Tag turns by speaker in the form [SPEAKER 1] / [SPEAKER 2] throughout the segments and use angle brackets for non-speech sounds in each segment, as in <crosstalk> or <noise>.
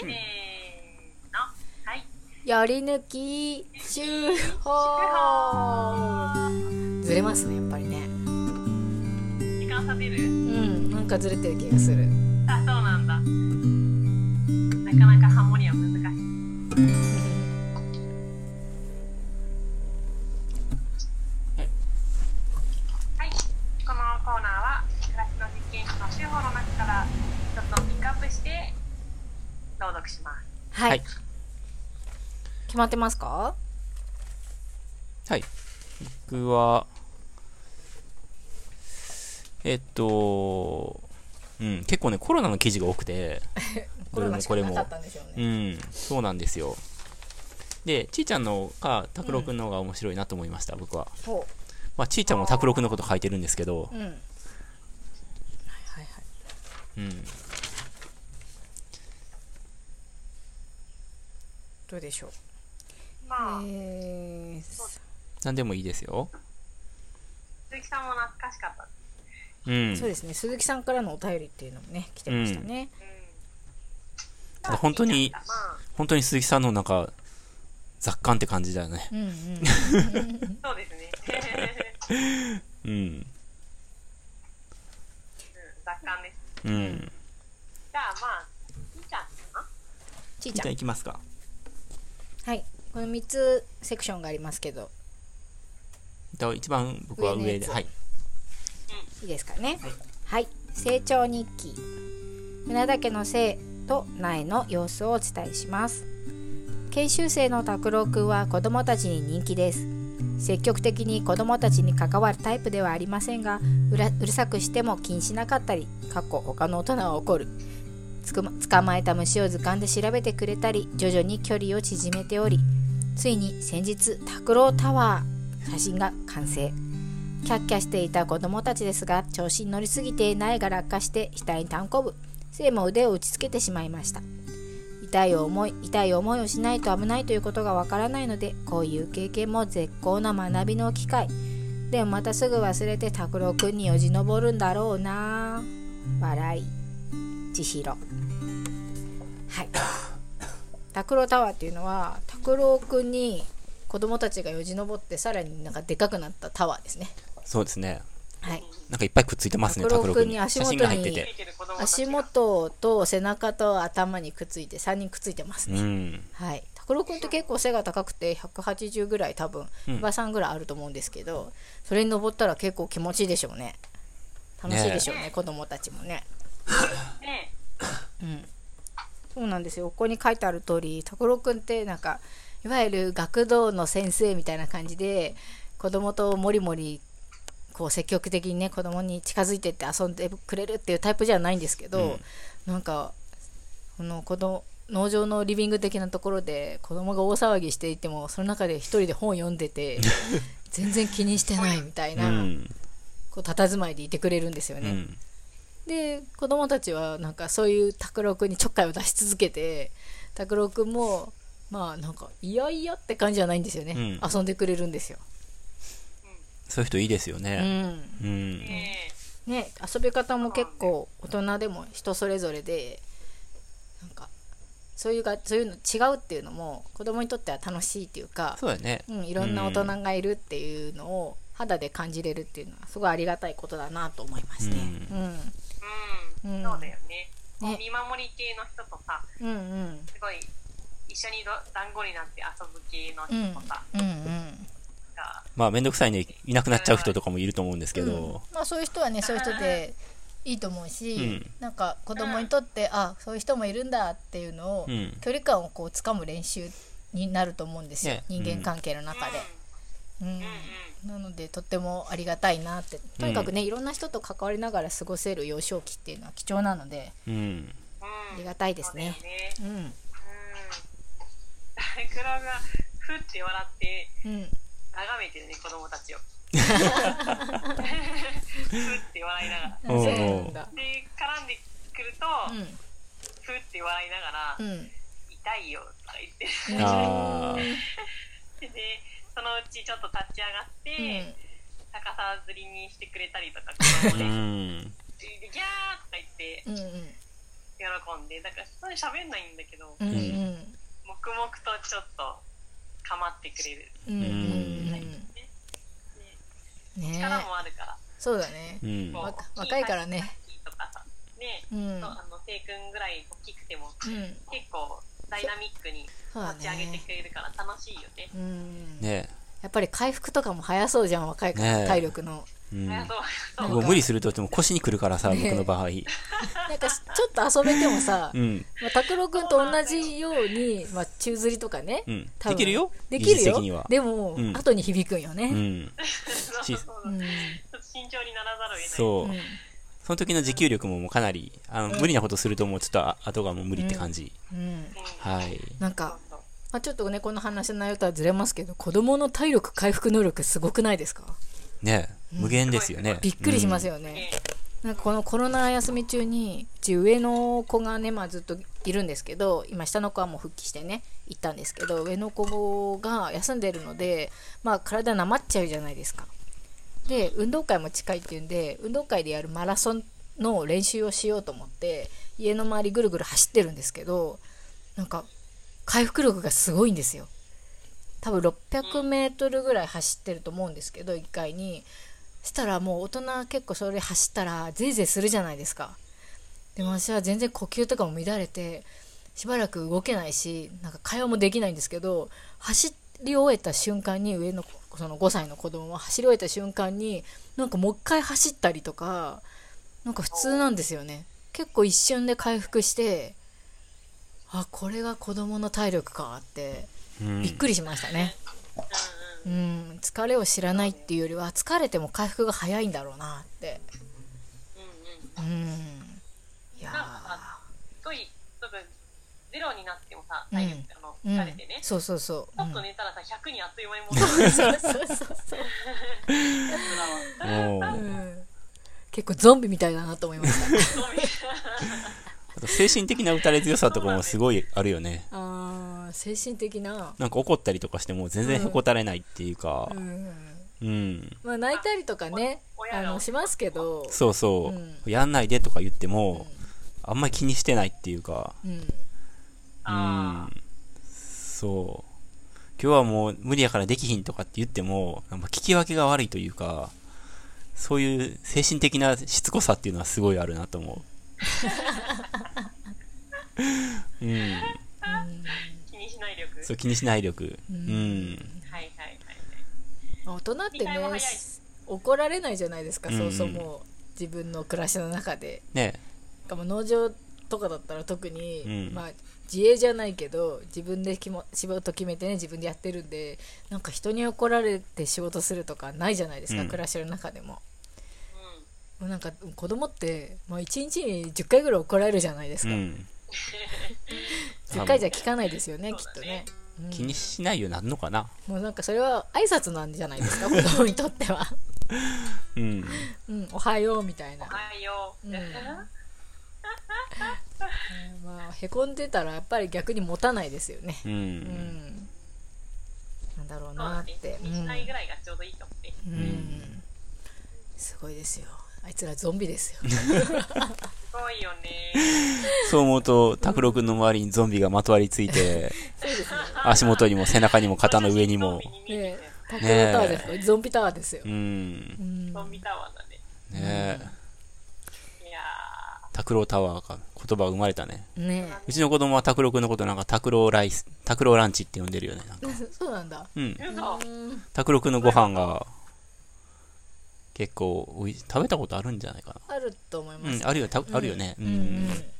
[SPEAKER 1] せーの。はい。
[SPEAKER 2] やり抜き集
[SPEAKER 1] 法
[SPEAKER 2] 法ずれますねやっぱりね
[SPEAKER 1] 時間差出る
[SPEAKER 2] うんなんかずれてる気がする
[SPEAKER 1] あ、そうなんだ。なかなかハモリは難しい。はい。このコーナーは、暮らしの実験室の手法の中から一つをピックアップして、朗読します。
[SPEAKER 2] はい、
[SPEAKER 3] はい
[SPEAKER 2] 決まってますか
[SPEAKER 3] はい。僕は、えっと、うん、結構ね、コロナの記事が多くて、
[SPEAKER 2] <laughs> コ
[SPEAKER 3] ど
[SPEAKER 2] ロ
[SPEAKER 3] れ
[SPEAKER 2] ナ
[SPEAKER 3] も
[SPEAKER 2] し
[SPEAKER 3] こ
[SPEAKER 2] か
[SPEAKER 3] れ
[SPEAKER 2] なか
[SPEAKER 3] も
[SPEAKER 2] っ。たんでしょう
[SPEAKER 3] う
[SPEAKER 2] ね
[SPEAKER 3] ん、そうなんですよ。で、ちーちゃんのか、拓郎くんの方が面白いなと思いました、僕は。
[SPEAKER 2] ほ
[SPEAKER 3] まあ、ちーちゃんも拓郎くんのこと書いてるんですけど
[SPEAKER 2] う、うんはいはいはい
[SPEAKER 3] うん。
[SPEAKER 2] どうでしょう
[SPEAKER 1] まあ、
[SPEAKER 2] えー、
[SPEAKER 3] なんでもいいですよ。
[SPEAKER 1] 鈴木さんも懐かしかった。
[SPEAKER 3] うん。
[SPEAKER 2] そうですね鈴木さんからのお便りっていうのもね来てましたね、
[SPEAKER 3] ただ本当に
[SPEAKER 1] まあ、
[SPEAKER 3] 本当に鈴木さんのなんか、雑感って感じだよね。
[SPEAKER 2] うん、うん
[SPEAKER 1] そうですね。 <laughs>
[SPEAKER 3] うん。
[SPEAKER 1] うん雑感です。
[SPEAKER 3] うん。
[SPEAKER 1] じゃあまあ、いいちゃんかな
[SPEAKER 2] ちー
[SPEAKER 3] じ
[SPEAKER 2] ち
[SPEAKER 3] ゃ
[SPEAKER 2] ゃん
[SPEAKER 3] あ行きますか。
[SPEAKER 2] はいこの3つセクションがありますけど
[SPEAKER 3] と一番僕は上
[SPEAKER 2] 上のや
[SPEAKER 3] で、
[SPEAKER 2] つ
[SPEAKER 3] はい。
[SPEAKER 2] いいですかねはい、成長日記船田家の生と苗の様子をお伝えします研修生の拓郎くんは子どもたちに人気です積極的に子どもたちに関わるタイプではありませんがうらうるさくしても気にしなかったり過去他の大人は怒るつくま捕まえた虫を図鑑で調べてくれたり徐々に距離を縮めておりついに先日拓郎タワー写真が完成キャッキャしていた子供たちですが調子に乗りすぎて苗が落下して額にたんこぶ生も腕を打ちつけてしまいました痛い思い痛い思いをしないと危ないということがわからないのでこういう経験も絶好な学びの機会でもまたすぐ忘れて拓郎くんによじ登るんだろうな笑い千尋はい拓郎タワーっていうのは拓郎くんに子供たちがよじ登ってさらになんかでかくなったタワーですね
[SPEAKER 3] そうですね。
[SPEAKER 2] はい、
[SPEAKER 3] なんかいっぱいくっついてますね、
[SPEAKER 2] 拓
[SPEAKER 3] 拓
[SPEAKER 2] 郎
[SPEAKER 3] 郎
[SPEAKER 2] く
[SPEAKER 3] く
[SPEAKER 2] ん
[SPEAKER 3] ん
[SPEAKER 2] に
[SPEAKER 3] に。
[SPEAKER 2] 足
[SPEAKER 3] 写
[SPEAKER 2] 元に
[SPEAKER 3] 真が入ってて。
[SPEAKER 1] 見てる子供たち
[SPEAKER 2] 足
[SPEAKER 1] が。
[SPEAKER 2] 元と背中と頭にくっついて3人くっついてます
[SPEAKER 3] う
[SPEAKER 2] ね、
[SPEAKER 3] ん。
[SPEAKER 2] はい拓郎くんって結構背が高くて180ぐらい多分
[SPEAKER 3] うん
[SPEAKER 2] 馬さんぐらいあると思うんですけど、それに登ったら結構気持ちいいでしょうね楽しいでしょうね
[SPEAKER 1] ね
[SPEAKER 2] 子供たちもね
[SPEAKER 1] ね
[SPEAKER 2] うんそうなんですよここに書いてある通り拓郎くんってなんかいわゆる学童の先生みたいな感じで子供ともりもりこう積極的にね子供に近づいてって遊んでくれるっていうタイプじゃないんですけど、なんかこの子供農場のリビング的なところで子供が大騒ぎしていてもその中で一人で本読んで
[SPEAKER 3] <laughs>
[SPEAKER 2] て全然気にしてないみたいうな、
[SPEAKER 3] ん。
[SPEAKER 2] こう佇まいでいてくれるんですよ
[SPEAKER 3] う
[SPEAKER 2] ね。
[SPEAKER 3] ん。
[SPEAKER 2] で子供たちはなんかそういう拓郎くんにちょっかいを出し続けて拓郎くんもまあなんかいやいやって感じじゃないんですよね、
[SPEAKER 3] うん
[SPEAKER 2] 遊んでくれるんですよ、
[SPEAKER 3] そういう人いいですよ
[SPEAKER 2] う
[SPEAKER 3] ね。
[SPEAKER 2] ん
[SPEAKER 3] うん。
[SPEAKER 1] ね
[SPEAKER 2] ね、遊び方も結構大人でも人それぞれでなんかそういうがそういうの違うっていうのも子供にとっては楽しいっていうか
[SPEAKER 3] そうだよね。
[SPEAKER 2] うん、いろんな大人がいるっていうのを肌で感じれるっていうのはすごいありがたいことだなと思いますね。うん
[SPEAKER 1] うん、
[SPEAKER 2] うん
[SPEAKER 1] そうだよね。
[SPEAKER 2] ね
[SPEAKER 1] 見守り系の人とさ、
[SPEAKER 2] うんうん
[SPEAKER 1] すごい一緒にど団子になって遊ぶ系の
[SPEAKER 2] うん
[SPEAKER 1] 人とさ、
[SPEAKER 2] うんうん
[SPEAKER 1] が、
[SPEAKER 3] まあ、めんどくさいね。いなくなっちゃう人とかもいると思うんですけど。
[SPEAKER 2] まあ、そういう人はねそういう人でいいと思うし、
[SPEAKER 3] うん
[SPEAKER 2] なんか子供にとって、あそういう人もいるんだっていうのを、
[SPEAKER 3] うん
[SPEAKER 2] 距離感をこう掴む練習になると思うんですよ、
[SPEAKER 3] ね
[SPEAKER 2] 人間関係の中で。うん
[SPEAKER 1] うん、うん
[SPEAKER 2] なのでとってもありがたいなってとにかくね、いろんな人と関わりながら過ごせる幼少期っていうのは貴重なので
[SPEAKER 3] うん。
[SPEAKER 1] うん、うん。
[SPEAKER 2] ありがたいですね
[SPEAKER 1] そうだよねう
[SPEAKER 2] うん
[SPEAKER 1] ん。 <laughs> クラブがふって笑って
[SPEAKER 2] うん
[SPEAKER 1] 眺めてるね、子供たちを。ふって笑いながら。
[SPEAKER 3] おうおう
[SPEAKER 2] そうなんだ
[SPEAKER 1] で、絡んでくると、
[SPEAKER 2] う
[SPEAKER 1] ふって笑いながら、
[SPEAKER 2] んうん
[SPEAKER 1] 痛いよとか言って
[SPEAKER 3] あー
[SPEAKER 1] でそのうちちょっと立ち上がって、
[SPEAKER 2] うん
[SPEAKER 1] 逆さずりにしてくれたりとか
[SPEAKER 3] うん。
[SPEAKER 1] でギャーとか言って
[SPEAKER 2] うんうん
[SPEAKER 1] 喜んでだからそんなに喋んないんだけど
[SPEAKER 2] うんうん
[SPEAKER 1] 黙々とちょっと構ってくれる
[SPEAKER 2] うんうん
[SPEAKER 3] うん
[SPEAKER 1] ね
[SPEAKER 2] ね
[SPEAKER 1] 力もあるから、
[SPEAKER 2] そうだね
[SPEAKER 3] うん
[SPEAKER 1] こう
[SPEAKER 2] わか若いからね
[SPEAKER 1] 大きいとかさね
[SPEAKER 2] うんうん
[SPEAKER 1] そうあのせいくんぐらい大きくても結構ダイナミックに
[SPEAKER 2] そうだ
[SPEAKER 1] 持ち上げて
[SPEAKER 2] ね
[SPEAKER 1] くれるから楽しいよね
[SPEAKER 2] うん
[SPEAKER 3] ね
[SPEAKER 2] やっぱり回復とかも早そうじゃん若いから、
[SPEAKER 3] ねえ
[SPEAKER 2] 体力の
[SPEAKER 3] うん
[SPEAKER 1] あそうそう
[SPEAKER 3] もう無理するとしても腰にくるからさ、僕の場合。
[SPEAKER 2] なんかしちょっと遊べてもさ
[SPEAKER 3] うん。
[SPEAKER 2] まあ拓郎、くんと同じように、まあ、宙づりとかね、
[SPEAKER 3] うん。
[SPEAKER 2] 多
[SPEAKER 3] で
[SPEAKER 2] 分
[SPEAKER 3] きるよ
[SPEAKER 2] でき
[SPEAKER 3] 技
[SPEAKER 2] る
[SPEAKER 3] 術
[SPEAKER 2] よ
[SPEAKER 3] 的には。
[SPEAKER 2] でも、
[SPEAKER 3] うん
[SPEAKER 2] 後に響くんよ
[SPEAKER 3] う
[SPEAKER 2] ね、
[SPEAKER 3] ん。
[SPEAKER 1] そう
[SPEAKER 3] し
[SPEAKER 1] そう
[SPEAKER 2] うん
[SPEAKER 1] ちょっと慎重にならざるを得ない
[SPEAKER 3] そうう。
[SPEAKER 2] ん
[SPEAKER 3] その時の持久力ももうかなり、あの、無理なことするともうちょっとあ後がもう無理って感じ。
[SPEAKER 2] うん
[SPEAKER 1] うん
[SPEAKER 3] はい。
[SPEAKER 2] なん
[SPEAKER 1] そう
[SPEAKER 2] か、
[SPEAKER 1] そう
[SPEAKER 2] まあ、ちょっとねこの話の内容とはずれますけど子どもの体力回復能力すごくないですか
[SPEAKER 3] ね無限ですよね。
[SPEAKER 2] びっくりします
[SPEAKER 3] よ。
[SPEAKER 2] よね
[SPEAKER 1] ね、
[SPEAKER 2] なんかこのコロナ休み中にうち上の子がね、まあ、ずっといるんですけど今下の子はもう復帰してね行ったんですけど上の子が休んでるので、まあ、体なまっちゃうじゃないですかで運動会も近いっていうんで運動会でやるマラソンの練習をしようと思って家の周りぐるぐる走ってるんですけどなんか回復力がすごいんですよ多分600メートルぐらい走ってると思うんですけど1回にしたらもう大人結構それ走ったらぜいぜいするじゃないですかでも私は全然呼吸とかも乱れてしばらく動けないしなんか会話もできないんですけど走り終えた瞬間に上の子その5歳の子供は走り終えた瞬間になんかもう一回走ったりとかなんか普通なんですよね結構一瞬で回復してあこれが子供の体力かって
[SPEAKER 3] うん
[SPEAKER 2] びっくりしましたね、
[SPEAKER 1] うんうん
[SPEAKER 2] うん、疲れを知らないっていうよりは疲れても回復が早いんだろうなって
[SPEAKER 1] うんうん
[SPEAKER 2] うんいや
[SPEAKER 1] なんかすごい多分ゼロになってもさ
[SPEAKER 2] うん
[SPEAKER 1] 体力あの
[SPEAKER 2] ー、うん
[SPEAKER 1] 疲れてね、
[SPEAKER 2] そうそうそう、
[SPEAKER 1] ちょっと寝たらさ100にあっという間に戻
[SPEAKER 2] う
[SPEAKER 1] る
[SPEAKER 2] んそうそうそうそう、
[SPEAKER 1] から
[SPEAKER 3] もう、あ
[SPEAKER 2] うん、結構ゾンビみたいだなと思いました <laughs>
[SPEAKER 3] と精神的な打たれ強さとかもすごいあるよね。
[SPEAKER 2] あー精神的な
[SPEAKER 3] なんか怒ったりとかしても全然へこたれないっていうか
[SPEAKER 2] う、ん
[SPEAKER 3] うん。
[SPEAKER 2] まあ泣いたりとかね
[SPEAKER 1] お
[SPEAKER 2] あ
[SPEAKER 1] 親が
[SPEAKER 2] のしますけど
[SPEAKER 3] そうそう
[SPEAKER 2] うん。
[SPEAKER 3] やんないでとか言っても、あんまり気にしてないっていうか、
[SPEAKER 2] うん
[SPEAKER 3] う
[SPEAKER 1] あ
[SPEAKER 3] ん。そう。今日はもう無理やからできひんとかって言っても、なんか聞き分けが悪いというか、そういう精神的なしつこさっていうのはすごいあるなと
[SPEAKER 2] <laughs>
[SPEAKER 3] 思う。うん。
[SPEAKER 1] ー気にしない力
[SPEAKER 3] そう、気にしない力。う
[SPEAKER 2] うん
[SPEAKER 3] ん。
[SPEAKER 1] はいはいはい
[SPEAKER 2] 大人って
[SPEAKER 1] 理解も早
[SPEAKER 2] ね
[SPEAKER 1] い
[SPEAKER 2] 怒られないじゃないですか、
[SPEAKER 3] うん
[SPEAKER 2] そうそうもう自分の暮らしの中で
[SPEAKER 3] ね
[SPEAKER 2] しかも農場とかだったら特に、
[SPEAKER 3] うん
[SPEAKER 2] まあ自営じゃないけど自分できも仕事決めてね自分でやってるんでなんか人に怒られて仕事するとかないじゃないですか、
[SPEAKER 3] うん
[SPEAKER 2] 暮らしの中でも
[SPEAKER 1] うん
[SPEAKER 2] もうなんか子供ってもう1日に10回ぐらい怒られるじゃないです
[SPEAKER 3] う
[SPEAKER 2] か、
[SPEAKER 3] ん。 <laughs>
[SPEAKER 2] 10回じゃ聞かないですよね
[SPEAKER 1] そう
[SPEAKER 2] きっ
[SPEAKER 1] だ
[SPEAKER 2] とね
[SPEAKER 1] ね、
[SPEAKER 2] うん
[SPEAKER 3] 気にしないようになるのかな。
[SPEAKER 2] もうなんかそれは挨拶なんじゃない
[SPEAKER 3] <laughs>
[SPEAKER 2] ですか子供にとっては、
[SPEAKER 3] うん。
[SPEAKER 2] うん、おはようみたいな
[SPEAKER 1] おはよう、
[SPEAKER 2] うん
[SPEAKER 1] あ
[SPEAKER 2] まあ、へこんでたらやっぱり逆に持たないですよね
[SPEAKER 3] う。
[SPEAKER 2] うんんなんだろう
[SPEAKER 1] そうだ
[SPEAKER 2] なっ
[SPEAKER 1] ね
[SPEAKER 2] て
[SPEAKER 1] 気にしないぐらいがちょうどいいと思って
[SPEAKER 2] うん、うんすごいですよあいつらゾンビですよ
[SPEAKER 1] すごいよね
[SPEAKER 3] そう思うと、拓郎くんの周りにゾンビがまとわりつい <laughs> て、
[SPEAKER 2] そうです
[SPEAKER 3] 足元にも背中にも肩の上にも
[SPEAKER 1] ゾン。ビに見
[SPEAKER 2] ね
[SPEAKER 1] え
[SPEAKER 2] ね
[SPEAKER 1] てき
[SPEAKER 2] タクロタワーですよゾンビタワーですよ
[SPEAKER 3] <laughs> う、ん。
[SPEAKER 2] うん
[SPEAKER 1] たゾンビタワーだね
[SPEAKER 3] ねえ、
[SPEAKER 1] いや
[SPEAKER 3] 拓郎タワーか、言葉が生まれたね。
[SPEAKER 2] ね
[SPEAKER 3] うちの子供は拓郎くんのことなんか拓郎ライス、拓郎ランチって呼んでるよね。なんか
[SPEAKER 2] えそうなんだ
[SPEAKER 3] うん。
[SPEAKER 1] ー嘘
[SPEAKER 2] うん
[SPEAKER 3] 拓郎くんのご飯が、結構おい、食べたことあるんじゃないか
[SPEAKER 2] あると思い
[SPEAKER 3] な。
[SPEAKER 2] ま
[SPEAKER 3] う
[SPEAKER 2] す
[SPEAKER 3] ん、あるよ、たあるよね。う
[SPEAKER 2] うんうん
[SPEAKER 3] ん。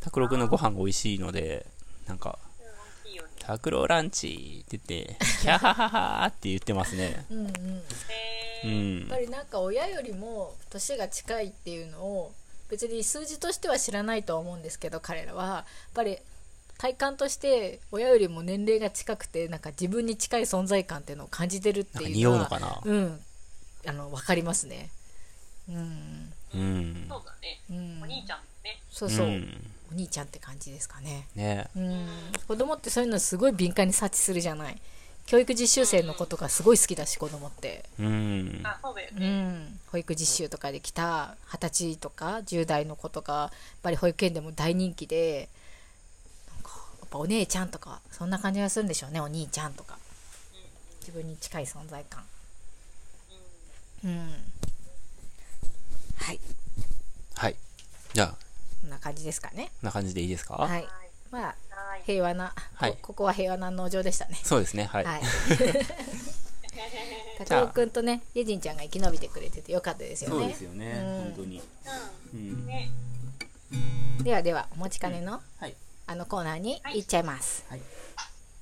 [SPEAKER 3] 拓郎くんのご飯が美味しいので、なんか、
[SPEAKER 1] 大きいよね
[SPEAKER 3] 拓郎ランチって言って、キャハハハーって言ってますね。
[SPEAKER 2] うんうんやっ
[SPEAKER 3] う
[SPEAKER 1] えー
[SPEAKER 3] ん
[SPEAKER 2] ぱ。りなんか親よりも年が近いっていうのを別に数字としては知らないとは思うんですけど彼らはやっぱり体感として親よりも年齢が近くてなんか自分に近い存在感っていうのを感じてるっ
[SPEAKER 3] な
[SPEAKER 2] て
[SPEAKER 3] んか
[SPEAKER 2] いう
[SPEAKER 3] 匂
[SPEAKER 2] の
[SPEAKER 3] う
[SPEAKER 2] は
[SPEAKER 3] のかな。
[SPEAKER 2] うん、あの分かりますね。うん、
[SPEAKER 3] うん。
[SPEAKER 1] そうだね
[SPEAKER 2] うん、
[SPEAKER 1] お兄ちゃんもね
[SPEAKER 2] そうそう、
[SPEAKER 3] ん
[SPEAKER 2] お兄ちゃんって感じですかね。
[SPEAKER 3] ね
[SPEAKER 2] うん、子供ってそういうのすごい敏感に察知するじゃない。教育実習生のことがすごい好きだし子供って、
[SPEAKER 3] うん。
[SPEAKER 1] あ、そうだよね。
[SPEAKER 2] うん、保育実習とかで来た二十歳とか10代の子とかやっぱり保育園でも大人気でなんかやっぱお姉ちゃんとかそんな感じがするんでしょうねお兄ちゃんとか自分に近い存在感うんはい
[SPEAKER 3] はい。じゃあ、こ
[SPEAKER 2] こんな感じですかね
[SPEAKER 3] んな感じでいいですか。
[SPEAKER 2] はい
[SPEAKER 1] はい。
[SPEAKER 2] いまあ
[SPEAKER 1] はい。
[SPEAKER 2] 平和な、
[SPEAKER 3] はい
[SPEAKER 2] こここは平和な農場でしたね
[SPEAKER 3] そうですね。はい。 <laughs>
[SPEAKER 2] はい
[SPEAKER 3] じゃあ
[SPEAKER 2] 高尾くんとねゆじんちゃんが生き延びてくれててよかったですよね
[SPEAKER 3] そうですよね。
[SPEAKER 2] うん
[SPEAKER 3] 本当に。う
[SPEAKER 1] うん。
[SPEAKER 3] ん。
[SPEAKER 1] ね。
[SPEAKER 2] ではではお持ちかねの、
[SPEAKER 3] はい。
[SPEAKER 2] あのコーナーに
[SPEAKER 1] はい
[SPEAKER 2] 行っちゃいます。
[SPEAKER 3] はい